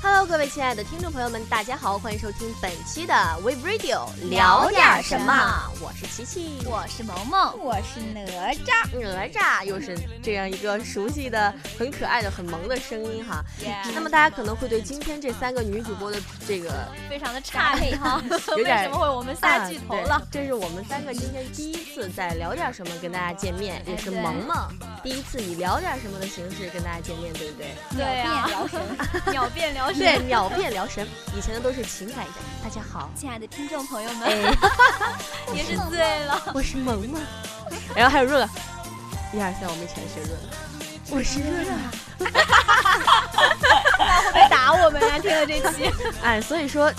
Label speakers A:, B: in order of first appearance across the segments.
A: Hello，各位亲爱的听众朋友们，大家好，欢迎收听本期的 We Radio 聊点什么？我是琪琪，
B: 我是萌萌，
C: 我是哪吒。
A: 哪吒又是这样一个熟悉的、很可爱的、很萌的声音哈。
B: Yeah
A: 那么大家可能会对今天这三个女主播的这个
B: 非常的差 配哈。
A: 有
B: 为
A: 点
B: 什么会我们仨剧透
A: 啊
B: 了？
A: 对这是我们三个今天第一次在聊点什么跟大家见面，也是萌萌第一次以聊点什么的形式跟大家见面，对 不对？
B: 对呀，秒变聊神。
A: 对，鸟变聊神，以前的都是情感一下，大家好，
B: 亲爱的听众朋友们，
A: 哎，
B: 也是醉 了。
A: 我是萌萌，然哎后还有润润，一二三，我们一起来学润润，我是润 润。
B: 别打我们呀！听了这期，
A: 哎，所以说，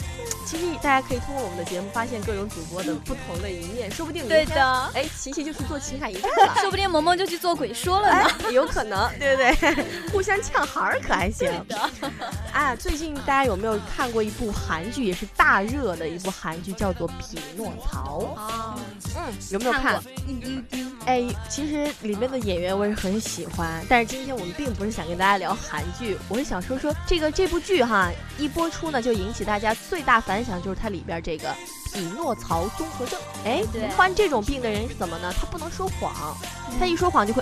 A: 其实大家可以通过我们的节目发现各种主播的不同的一面，说不定明
B: 对
A: 天，
B: 的，
A: 哎，琪琪就去做情感驿站 了
B: 。说不定萌萌就去做鬼说了
A: 哎
B: 呢。，
A: 有可能，对不对？ 互相呛孩儿可还行
B: 对的，
A: 啊！最近大家有没有看过一部韩剧，也是大热的一部韩剧，叫做《匹诺曹
B: 哦，》？
A: 嗯，有没有
B: 看
A: 看
B: 过？
C: 一丢丢，
A: 哎，其实里面的演员我也很喜欢，但是今天我们并不是想跟大家聊韩剧，我是想说说这个这部剧哈，一播出呢就引起大家最大反响，就是它里边这个匹诺曹综合症。哎，
B: 对
A: 患这种病的人是怎么呢？他不能说谎，他一说谎就会，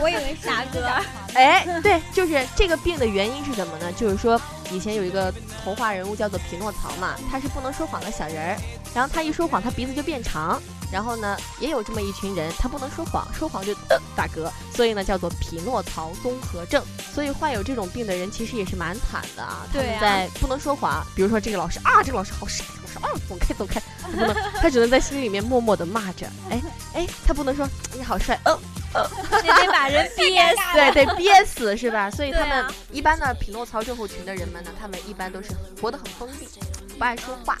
C: 我以为是
B: 傻哥
C: 哥。
A: 哎，对，就是这个病的原因是什么呢？就是说以前有一个童话人物叫做匹诺曹嘛，他是不能说谎的小人儿，然后他一说谎，他鼻子就变长。然后呢，也有这么一群人，他不能说谎，说谎就、呃、打嗝，所以呢叫做匹诺曹综合症。所以患有这种病的人其实也是蛮惨的啊。他
B: 对
A: 们
B: 啊
A: 在不能说谎，比如说这个老师啊，这个老师好傻，这个老师啊，走开走开，他不能，他只能在心里面默默的骂着，哎哎，他不能说你好帅，嗯、
B: 那得 把人憋死。
A: 对，得憋死是吧？所以他
B: 对啊
A: 们一般的匹诺曹症候群的人们呢，他们一般都是活得很封闭，不爱说话，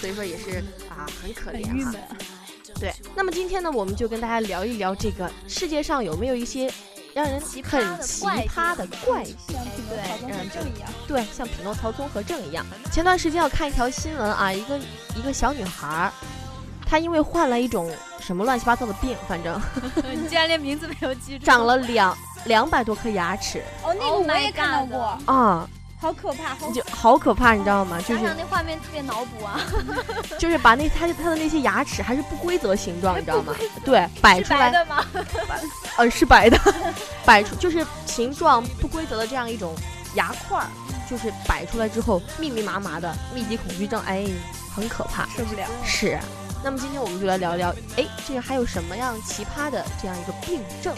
A: 所以说也是啊，很可
C: 很
A: 怜
C: 郁
A: 啊
C: 闷。。
A: 对，那么今天呢，我们就跟大家聊一聊这个世界上有没有一些让人
B: 奇葩
A: 很
B: 的
A: 奇
B: 怪啊
A: 葩的怪病。
C: 像匹诺曹综合症一样，
A: 对，像匹诺曹综合症一样。前段时间我看一条新闻啊，一个一个小女孩儿，她因为患了一种什么乱七八糟的病，反正
B: 你竟然连名字没有记住。
A: 长了两两百多颗牙齿
C: 哦，那个
B: Oh
C: 我
B: my
C: 也看到过，
A: 啊，
C: 好可怕， 好
A: 就好可怕，你知道吗？就
B: 想
A: 是
B: 想那画面特别脑补啊，
A: 就是把那它它的那些牙齿还是不规则形状，你知道吗？对，摆
B: 是
A: 出
B: 白
A: 来，
B: 的吗？
A: 呃，是白的， 摆出就是形状不规则的这样一种牙块儿，就是摆出来之后密密麻麻的密集恐惧症，哎，很可怕。
C: 受 不了。
A: 是，啊那么今天我们就来聊聊，哎，这个还有什么样奇葩的这样一个病症？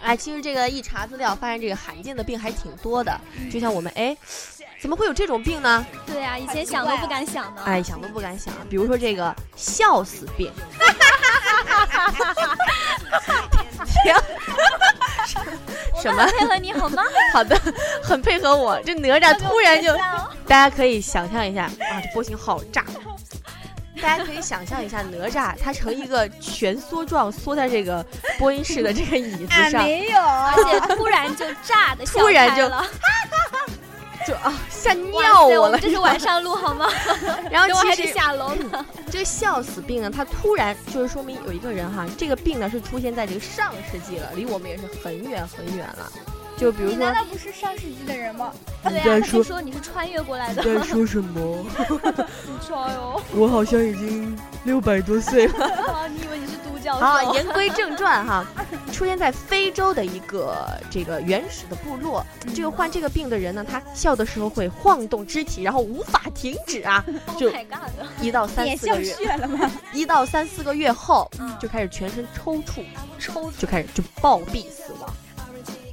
A: 哎，其实这个一查资料，发现这个罕见的病还挺多的。就像我们，哎，怎么会有这种病呢？
B: 对啊，以前想都不敢想呢。
A: 哎，想都不敢想。比如说这个笑死病，停，什么
B: 我们很配合你好 吗？
A: 好的， 很配合我。这哪吒突然 就，大家可以想象一下啊，这波形好炸。大家可以想象一下，哪吒他成一个蜷缩状缩在这个播音室的这个椅
C: 啊
A: 子， 上，
C: 没有，
B: 而且突然就炸 的笑
A: 突然
B: 开
A: 就
B: 了
A: 就啊吓
B: 哇
A: 尿
B: 塞
A: 我
B: 我
A: 了
B: 们。这是晚上录好吗？
A: 然
B: 等我
A: 后
B: 还
A: 其
B: 得
A: 实
B: 下 楼呢。
A: 这笑死病呢，它突然就是说明有一个人哈，这个病呢是出现在这个上世纪了，离我们也是很远很远了。就比如
C: 你难
A: 说，
C: 道不是上世纪的人吗？
B: 对
A: 在
B: 啊，他就
A: 说
B: 说你是穿越过来的。
A: 在说什么？
B: 你说哟，
A: 我好像已经六百多岁 了。
B: 啊你以为你是独角
A: 好，
B: 兽？
A: 言归正传 哈，出现在非洲的一个这个原始的部落，
B: 嗯
A: 这个患这个病的人呢，他笑的时候会晃动肢体，然后无法停止 啊，就
B: Oh my god！
A: 一到三
C: 脸
A: 四个
C: 笑
A: 月，
C: 血了吗？
A: 一到三四个月后
B: 嗯
A: 就开始全身抽搐，
B: 抽
A: 就开始就暴毙死亡。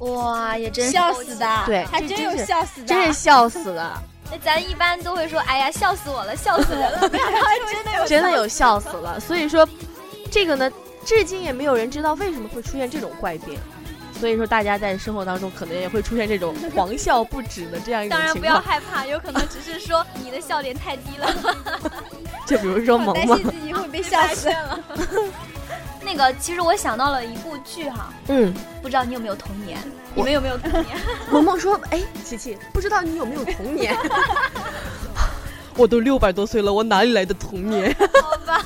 B: 哇，也真
C: 笑死的，
A: 对
C: 还
A: 这
C: 真
A: 真
C: 有
A: 是
C: 笑死的，
A: 真是笑死 了，
B: 那哎咱一般都会说，哎呀，笑死我了，笑死 人了。
C: 真的有
A: 真的有笑死了。所以说，这个呢，至今也没有人知道为什么会出现这种怪病。所以说，大家在生活当中可能也会出现这 种狂笑不止的这样一种
B: 当然
A: 情
B: 不要
A: 况，
B: 害怕，有可能只是说你的笑点太低了，
A: 就比如说
C: 我
A: 萌
C: 担
A: 萌
C: 心，自己会被笑
B: 被发
C: 死。
B: 现了。那那个，其实我想到了一部剧哈，
A: 嗯，
B: 不知道你有没有童年？
A: 我
B: 你们有没有童年？
A: 萌萌说：“哎，琪琪，不知道你有没有童年？” 我都六百多岁了，我哪里来的童年？
B: 好吧，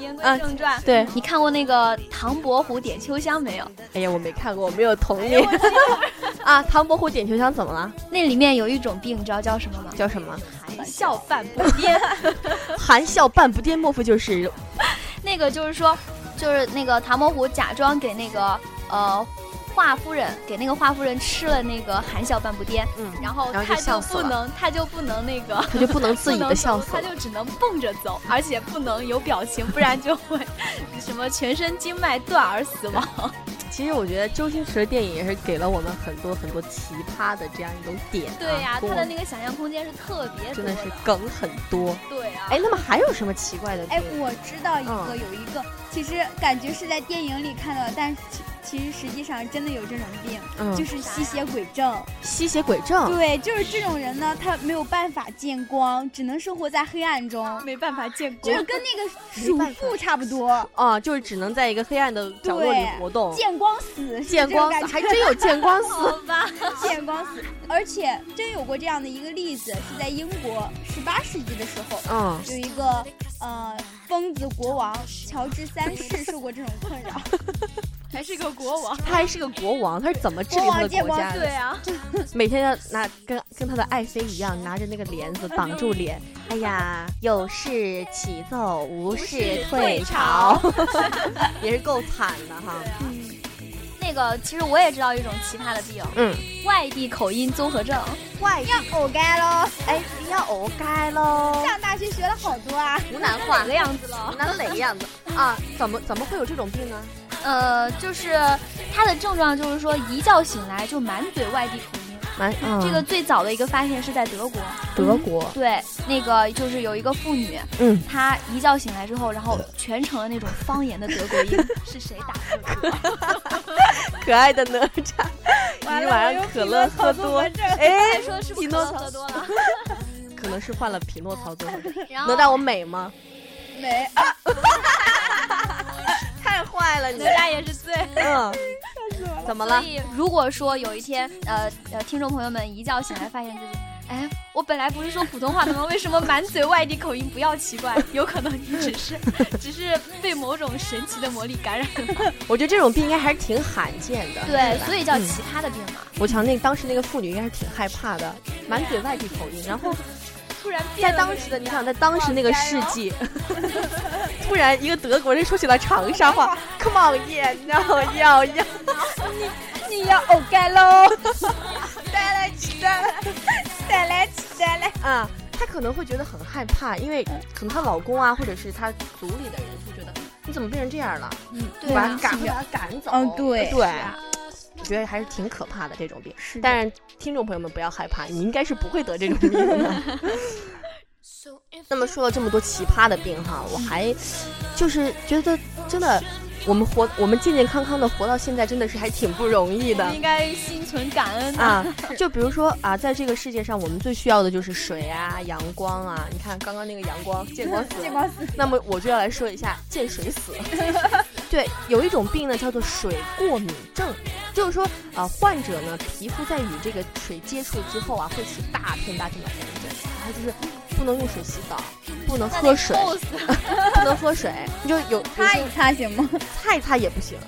B: 言归正传。
A: 对，
B: 你看过那个《唐伯虎点秋香》没有？
A: 哎呀，我没看过，我没有童年啊。唐伯虎点秋香怎么了？
B: 那里面有一种病，你知道叫什么吗？
A: 叫什么？
B: 含笑半步癫。
A: 含笑半步癫，莫非就是
B: 那个就是说，就是那个唐伯虎假装给那个呃华夫人给那个华夫人吃了那个含笑半步癫，
A: 嗯，
B: 然后
A: 然后
B: 他
A: 就笑
B: 就
A: 死
B: 不
A: 了
B: 能，他就不能那个。
A: 他就不能自己的笑死
B: 不能走
A: 了。
B: 他就只能蹦着走，而且不能有表情，不然就会什么全身经脉断而死亡。
A: 其实我觉得周星驰的电影也是给了我们很多很多奇葩的这样一种点、啊。
B: 对 呀、
A: 跟我
B: 他的
A: 们
B: 那个想象空间是特别多
A: 真的是梗很多。
B: 对啊，
A: 哎，那么还有什么奇怪的？
C: 哎，我知道一个，
A: 嗯
C: 有一个，其实感觉是在电影里看到的，但是其其实实际上真的有这种病，
A: 嗯，
C: 就是吸血鬼症。
A: 吸血鬼症。
C: 对，就是这种人呢，他没有办法见光，只能生活在黑暗中。
B: 没办法见
C: 这个跟那个鼠妇差不多，
A: 啊，就是只能在一个黑暗的角落里
C: 对
A: 活动。
C: 见光死，是
A: 见
C: 这种
A: 光
C: 感
A: 死，
C: 觉
A: 还真有见光 死。
B: 好吧，
C: 见光死。而且真有过这样的一个例子，是在英国十八世纪的时候，
A: 嗯，
C: 有一个呃疯子国王乔治三世受过这种困扰。
B: 还是个国王。
A: 他还是个国王，他是怎么治理
C: 国王
A: 他的
C: 见
A: 国
C: 光
A: 家
B: 对
A: 的？
B: 啊，
A: 每天要拿跟跟他的爱妃一样，拿着那个帘子挡住脸。哎呀，有事起奏，无事退朝， 也是够惨的哈。
C: 嗯，
B: 那个其实我也知道一种奇葩的病，
A: 嗯，
B: 外地口音综合症。
A: 外地
C: 要呕该喽！
A: 哎，你要我该喽。
C: 上大学学了好多啊，
A: 湖南
B: 哪
A: 话
B: 个，样子了
A: 湖？南哪个样子啊？怎么怎么会有这种病呢？
B: 呃，就是它的症状就是说一觉醒来就满嘴外地口音。
A: 蛮
B: 这个最早的一个发现是在德国，
A: 嗯德国，
B: 对，那个就是有一个妇女，
A: 嗯，
B: 她一觉醒来之后，然后全程的那种方言的德国 音，是谁打的？
A: 可爱的哪 吒，
C: 完
A: 今晚
C: 了我
A: 上
C: 又
A: 可
C: 皮
A: 乐
C: 了
A: 喝
C: 好多
A: 多
C: 我这，
A: 哎
B: 还，说是不
A: 匹
B: 是
A: 诺
B: 可
A: 曹
B: 乐喝多了？
A: 可能是换了匹诺曹做的。
B: 然后
A: 能让我美吗？
C: 没啊，
A: 太坏了你
B: 哪！吒也是醉。
A: 嗯，怎么
B: 所
A: 了？
B: 以如果说有一天，呃呃，听众朋友们一觉醒来发现自己，哎，我本来不是说普通话的吗？为什么满嘴外地口音？不要奇怪，有可能你只是 只是被某种神奇的魔力感染了。
A: 我觉得这种病应该还是挺罕见的。
B: 对，所
A: 以
B: 以叫奇葩的病嘛。
A: 我瞧那当时那个妇女应该是挺害怕的，满嘴外地口音，然后
B: 突然变
A: 在
B: 了
A: 当
B: 个
A: 时的
B: 人
A: 你想，在当时那个世纪，突然一个德国人说起了长沙话，Come on yeah，你要我要要，
C: 你要呕该 喽！再来起，再来，再来起，再来。
A: 啊，她可能会觉得很害怕，因为可能她老公啊，或者是她族里的人会觉得你怎么变成这样了，
C: 嗯，
B: 对
A: 把
B: 啊
A: 她，赶快把她赶走。
C: 嗯对
A: 对，我觉得还是挺可怕的这种病。
C: 是。
A: 但是听众朋友们不要害怕，你应该是不会得这种病的。那么说了这么多奇葩的病哈，我还就是觉得真的，我们活我们健健康康的活到现在，真的是还挺不容易的
B: 应该心存感恩的。
A: 啊。就比如说啊，在这个世界上，我们最需要的就是水啊、阳光啊。你看刚刚那个阳光，见光死
C: 见光死，
A: 那么我就要来说一下见水死。 对，有一种病呢叫做水过敏症，就是说啊、患者呢皮肤在与这个水接触之后啊，会起大片大片的红疹，然后就是不能用水洗澡，不能
B: 那
A: 喝
B: 得
A: 水，
B: 臭死了
A: 不能喝水，你就有有
C: 擦
A: 时候
C: 一擦行 吗？
A: 擦一擦也不行。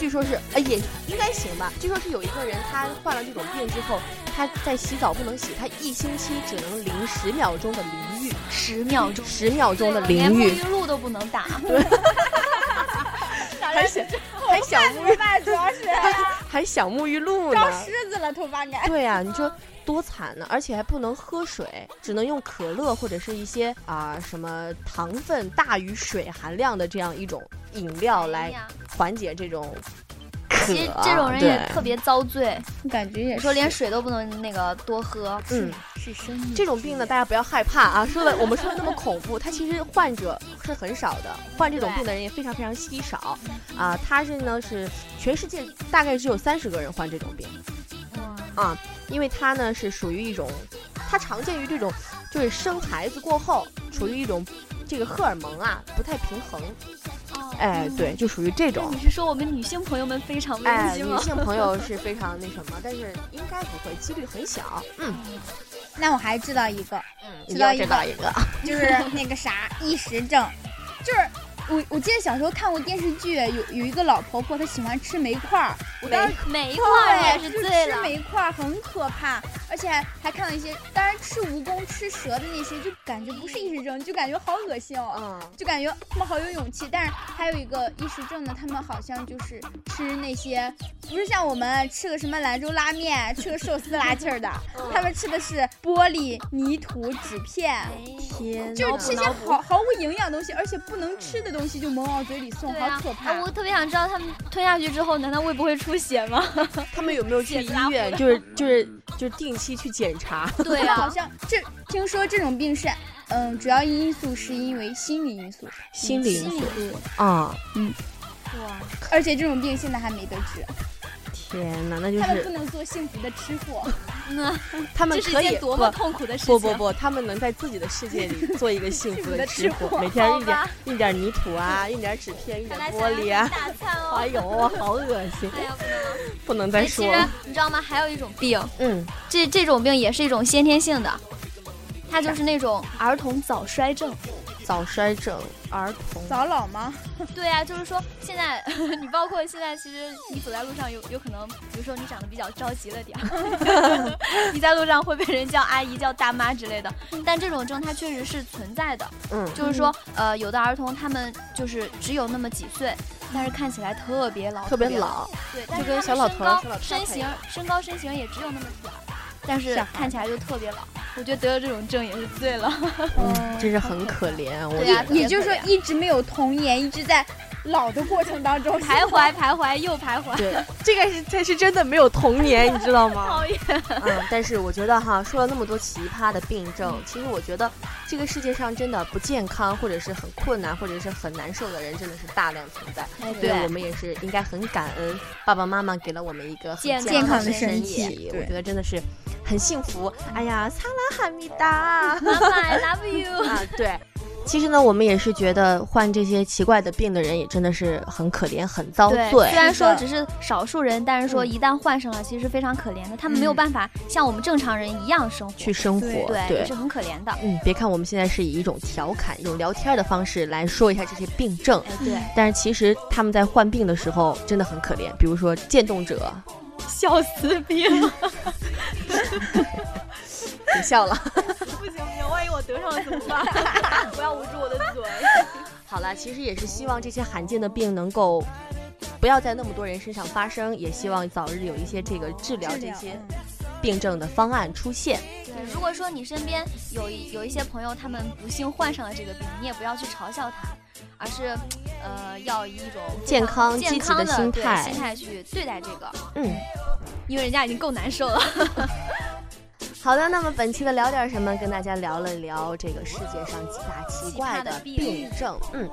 A: 据说是，呃，也应该行吧。据说是有一个人，他患了这种病之后，他在洗澡不能洗，他一星期只能淋十秒钟的淋浴，
B: 十秒钟
A: 十秒钟的淋
B: 连沐
A: 浴
B: 浴，露都不能打。啊
A: 还想还想沐浴
C: 没办法，主要 是
A: 还想沐浴 露呢
C: 招。虱子了，头发感。
A: 对啊呀、你说多惨呢，而且还不能喝水，只能用可乐或者是一些啊、什么糖分大于水含量的这样一种饮料
B: 哎
A: 来
B: 呀
A: 缓解这种渴。啊
B: 其实这种人也特别遭罪。
C: 感觉也
B: 你说连水都不能那个多喝，
A: 对，嗯，
C: 是生命，
A: 这种病呢，大家不要害怕啊。说的我 们说的那么恐怖，它其实患者是很少的，患这种病的人也非常非常稀少啊。它是呢是全世界大概只有三十个人患这种病。
B: 哇
A: 啊，因为它呢是属于一种，它常见于这种，
B: 嗯
A: 就是生孩子过后处于一种这个荷尔蒙啊不太平衡，哎，对，就属于这
B: 那
A: 种
B: 你。是说我们女性朋友们非常危
A: 哎，
B: 机
A: 女
B: 吗？
A: 性朋友是非常那什么，但是应该不会，几率很小。嗯，
C: 那我还知道一个，
A: 嗯
C: 知道
A: 又
C: 一
A: 知
C: 个
A: 道一个，
C: 就是那个啥一时症，就是我我记得小时候看过电视剧，有有一个老婆婆她喜欢吃煤块儿，我当时
B: 每每一块儿也
C: 对
B: 是
C: 就是
B: 醉
C: 吃
B: 了，
C: 煤块儿很可怕，而且还看到一些，当然吃蜈蚣、吃蛇的那些，就感觉不是一时症，就感觉好恶心哦，
A: 嗯，
C: 就感觉他们好有勇气。但是还有一个一时症呢，他们好像就是吃那些，不是像我们吃个什么兰州拉面、吃个寿司拉气 儿的，
B: 嗯
C: 他们吃的是玻璃、泥土、纸片。
B: 嗯
A: 天
C: 就
A: 脑
C: 是
A: 补
C: 吃一些
A: 脑补
C: 毫毫无营养的东西，而且不能吃的东西就猛往嘴里送，
B: 对
C: 好
B: 啊
C: 可，怕
B: 哎，我特别想知道他们吞下去之后，难道胃不会出 血吗？
A: 他们有没有去
B: 血
A: 医
B: 拉
A: 院？就是就是就是定期去检查。
B: 对
C: 他们好
B: 啊，
C: 像这听说这种病是，嗯，主要因素是因为心理因素，
A: 心理因素
C: 素，
A: 啊、
B: 哇，
C: 而且这种病现在还没得治，
A: 天哪，那就
C: 他们不
A: 是
C: 能做幸福的吃货，
B: 那
A: 他们
B: 嗯这是一
A: 可以
B: 件多么痛苦的事情。
A: 不
B: 啊
A: 不不不，他们能在自己的世界 里做一个幸福的吃
C: 幸福
A: 货，
C: 的吃货
A: 每天
B: 好
A: 一点
B: 吧
A: 一点泥土 啊，一点纸片，一点
B: 看来
A: 玻璃啊。
B: 大餐哦。
A: 哎呦，好恶心，
B: 哎呀，不能了。
A: 不能
B: 哎
A: 再
B: 其
A: 说
B: 实
A: 了。
B: 你知道吗？还有一种病，
A: 嗯，
B: 这这种病也是一种先天性的，它就是那种儿童早衰症。
A: 早衰症、儿童
C: 早老吗？
B: 对啊，就是说现在 你包括现在，其实你走在路上有有可能，比如说你长得比较着急了点儿， 你在路上会被人叫阿姨、叫大妈之类的。但这种症它确实是存在的，
A: 嗯
B: 就是说呃，有的儿童他们就是只有那么几岁，但是看起来特别老，
A: 特别
B: 别
A: 老，
B: 对，但
A: 就是跟
B: 他
A: 小
B: 们
A: 老
B: 身
A: 头儿
B: 高
A: 小老头儿
B: 身
A: 差不多
B: 形、身高、身形也只有那么点儿，但是
C: 小孩儿
B: 看起来就特别老。我觉得得了这种症也是醉了。
A: 嗯，真是
C: 好
A: 很可怜。啊我
B: 对啊呀
A: 觉得
C: 也就是说一直没有童年，一直在老的过程当中
B: 徘徊，徘徊又徘徊，
A: 对，这个是才是真的没有童年，你知道吗？
B: 讨厌。
A: 嗯，但是我觉得哈，说了那么多奇葩的病症，其实我觉得这个世界上真的不健康，或者是很困难，或者是很难受的人，真的是大量存在。
B: 哎
A: 所以我们也是应该很感恩爸爸妈妈给了我们一个很
B: 健
A: 健
C: 康
A: 的
C: 的
A: 身
C: 身
A: 体
C: 体，
A: 我
C: 对
A: 觉得真的是很幸福。哎呀，萨拉哈密达。
B: 妈妈，I love you。
A: 啊，对。其实呢，我们也是觉得患这些奇怪的病的人也真的是很可怜、很遭
B: 对，
A: 罪
B: 虽。然
C: 是
B: 说
C: 的
B: 只是少数人，但是说
A: 嗯
B: 一旦患上了，其实非常可怜的，他们没有
A: 嗯
B: 办法像我们正常人一样生活，
A: 去生活。
C: 对
B: 对，也是很可怜的。
A: 嗯，别看我们现在是以一种调侃、一种聊天的方式来说一下这些病症，
B: 哎，对，
A: 但是其实他们在患病的时候真的很可怜。比如说渐冻者，
B: 笑死病，
A: 别笑了。
B: 不行不行，万一我得上了怎么办？ 不要捂住我的嘴。
A: 好了，其实也是希望这些罕见的病能够不要在那么多人身上发生，也希望早日有一些这个治疗这些
C: 嗯
B: 嗯
A: 病症的方案出现。
B: 对，如果说你身边有一有一些朋友，他们不幸患上了这个病，你也不要去嘲笑他，而是，呃，要以一种非
A: 健
B: 常
A: 康积
B: 健
A: 极
B: 康
A: 的
B: 的
A: 心
B: 对
A: 态
B: 心态去对待这个，
A: 嗯，
B: 因为人家已经够难受了。
A: 好的，那么本期的聊点什么，跟大家聊了聊这个世界上几大奇怪的病症。嗯，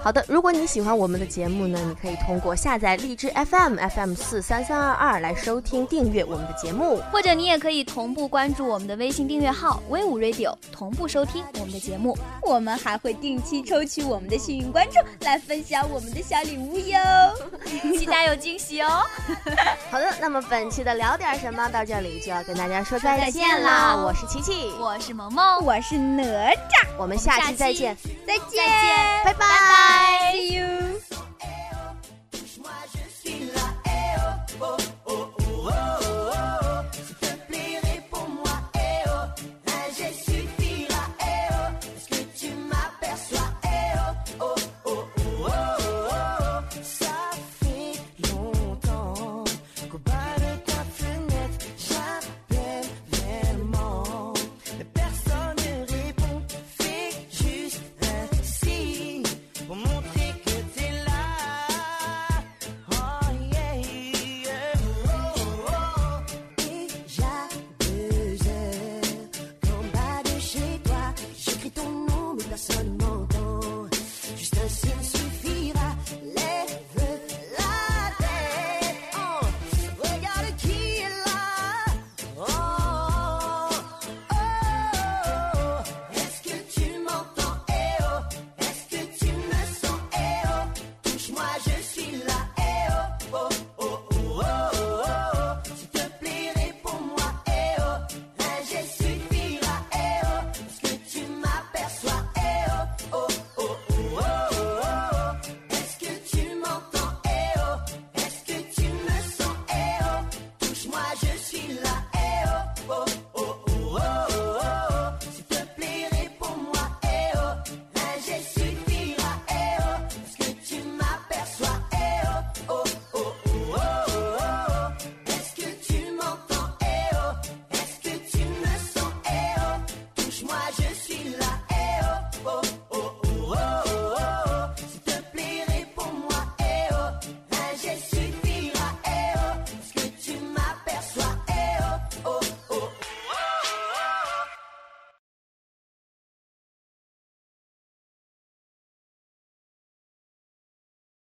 A: 好的，如果你喜欢我们的节目呢，你可以通过下载荔枝 FM FM 四三三二二来收听订阅我们的节目。
B: 或者你也可以同步关注我们的微信订阅号“威武 radio”，同步收听我们的节目。
C: 我们还会定期抽取我们的幸运观众来分享我们的小礼 物哟。
B: 期待有惊喜哦！
A: 好的，那么本期的聊点什么到这里就要跟大家说再见
B: 说再见
A: 啦！
B: 啦
A: 我是琪琪，我
B: 我是萌萌，
C: 我是哪吒，
A: 们下
B: 下
A: 期再
B: 期
A: 见，
C: 再见，
B: 再见
A: 拜拜
B: 拜。
C: ，see you。